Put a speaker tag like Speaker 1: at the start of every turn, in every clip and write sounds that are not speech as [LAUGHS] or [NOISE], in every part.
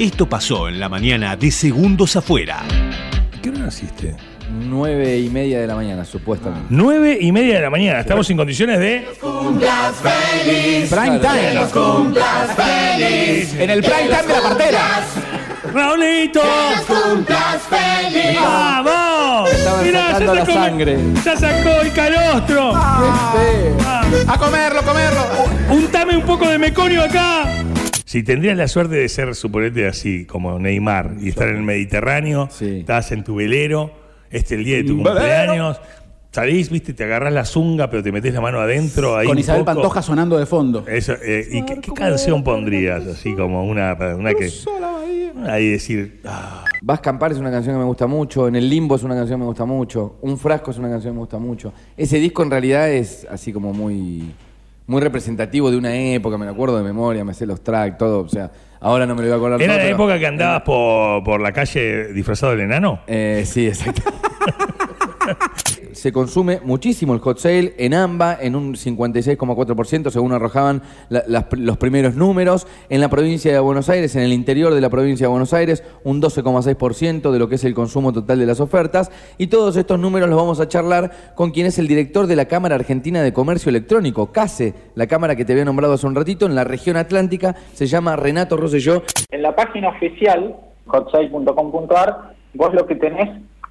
Speaker 1: Esto pasó en la mañana de Segundos Afuera.
Speaker 2: ¿Qué hora naciste?
Speaker 3: Nueve y media de la mañana, supuestamente.
Speaker 2: Nueve y media de la mañana. Estamos en condiciones de.
Speaker 3: Prime time. En el prime time de la partera.
Speaker 2: ¡Raulito! ¡Vamos!
Speaker 3: Estaban sacando la sangre. Ah.
Speaker 2: ya sacó el calostro.
Speaker 4: A comerlo, comerlo.
Speaker 2: ¡Untame un poco de meconio acá! Si tendrías la suerte de ser, suponete así, como Neymar, y estar en el Mediterráneo,
Speaker 3: Sí.
Speaker 2: estás en tu velero, este es el día de tu cumpleaños, salís, viste, te agarrás la zunga, pero te metes la mano adentro. Ahí
Speaker 3: Con
Speaker 2: un
Speaker 3: Isabel
Speaker 2: poco.
Speaker 3: Pantoja sonando de fondo.
Speaker 2: Eso, eh, ¿Y qué, qué canción pondrías? Así como una, una que. Ahí decir. ah,
Speaker 3: Vas a acampar es una canción que me gusta mucho. En el limbo es una canción que me gusta mucho. Un frasco es una canción que me gusta mucho. Ese disco en realidad es así como muy, muy representativo de una época. Me lo acuerdo de memoria, me sé los tracks, todo. O sea, ahora no me lo voy a acordar.
Speaker 2: ¿Era
Speaker 3: todo,
Speaker 2: la
Speaker 3: pero-
Speaker 2: época que andabas por, por la calle disfrazado del enano?
Speaker 3: Eh, sí, exacto. Se consume muchísimo el hot sale en AMBA, en un 56,4%, según arrojaban la- las pr- los primeros números. En la provincia de Buenos Aires, en el interior de la provincia de Buenos Aires, un 12,6% de lo que es el consumo total de las ofertas. Y todos estos números los vamos a charlar con quien es el director de la Cámara Argentina de Comercio Electrónico, CASE, la cámara que te había nombrado hace un ratito, en la región atlántica. Se llama Renato Rosselló.
Speaker 5: En la página oficial, hotsite.com.ar, vos lo que tenés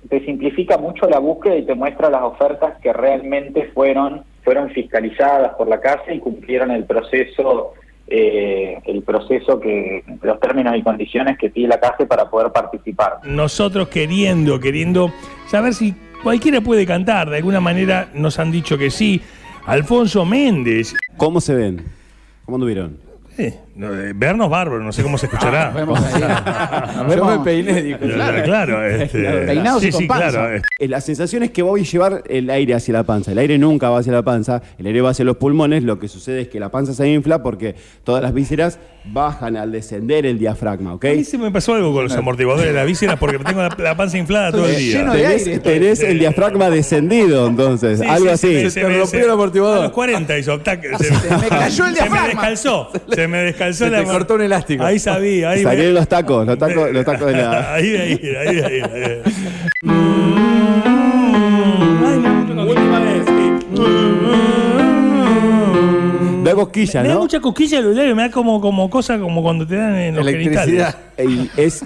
Speaker 5: te simplifica mucho la búsqueda y te muestra las ofertas que realmente fueron, fueron fiscalizadas por la casa y cumplieron el proceso, eh, el proceso que, los términos y condiciones que pide la casa para poder participar.
Speaker 2: nosotros queriendo, queriendo saber si cualquiera puede cantar. De alguna manera nos han dicho que sí. Alfonso Méndez.
Speaker 6: ¿Cómo se ven? ¿Cómo anduvieron?
Speaker 2: Eh, no, eh, vernos bárbaro, no sé cómo se [LAUGHS] escuchará.
Speaker 3: [LAUGHS] Yo me peiné, dijo.
Speaker 2: Pero, claro, este,
Speaker 4: Peinados y
Speaker 2: sí,
Speaker 4: con
Speaker 2: sí,
Speaker 4: panza.
Speaker 2: claro. eh,
Speaker 6: Eh, La sensación es que voy a llevar el aire hacia la panza. El aire nunca va hacia la panza, el aire va hacia los pulmones. Lo que sucede es que la panza se infla porque todas las vísceras bajan al descender el diafragma, ¿ok?
Speaker 2: A mí se me pasó algo con los amortiguadores de las vísceras porque tengo la, la panza inflada todo el día.
Speaker 4: Lleno de aire.
Speaker 6: Tenés, tenés el diafragma descendido, entonces,
Speaker 2: Sí,
Speaker 6: algo
Speaker 2: sí,
Speaker 6: así.
Speaker 2: me- me-
Speaker 3: rompió el amortiguador.
Speaker 2: A los 40 hizo tac, se, se me
Speaker 4: cayó el
Speaker 2: Se
Speaker 4: diafragma.
Speaker 2: me descalzó. Se me descalzó
Speaker 3: Se
Speaker 2: la
Speaker 3: te cortó un elástico.
Speaker 2: Ahí sabía. Ahí me- [LAUGHS]
Speaker 6: Salieron los tacos, los tacos, los tacos de la.
Speaker 2: Ahí, ahí, ahí, ahí, ahí.
Speaker 6: Da cosquillas,
Speaker 2: Me da
Speaker 6: ¿no?
Speaker 2: mucha cosquilla el labios, me da como, como cosa como cuando te dan en los genitales.
Speaker 6: Ey, Es,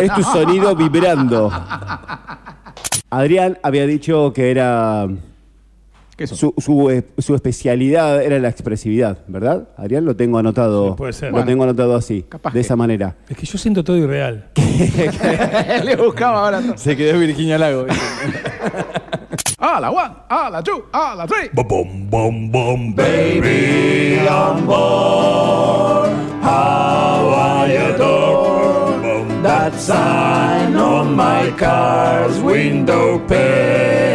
Speaker 6: es tu sonido vibrando. Adrián había dicho que era. Su, su, eh, su especialidad era la expresividad, ¿verdad? Adrián, lo tengo anotado.
Speaker 2: Sí, puede ser.
Speaker 6: Lo
Speaker 2: Bueno.
Speaker 6: tengo anotado así,
Speaker 4: Capaz
Speaker 6: de
Speaker 4: que-
Speaker 6: esa manera.
Speaker 2: Es que yo siento todo irreal.
Speaker 4: Le buscaba ahora. todo.
Speaker 3: Se quedó Virginia Lago.
Speaker 4: A la one, a la two, a la three.
Speaker 2: Bom, bom, bom, bom, baby, on board. How I adore. Bom, bom,
Speaker 3: That sign
Speaker 2: on my car's window pane.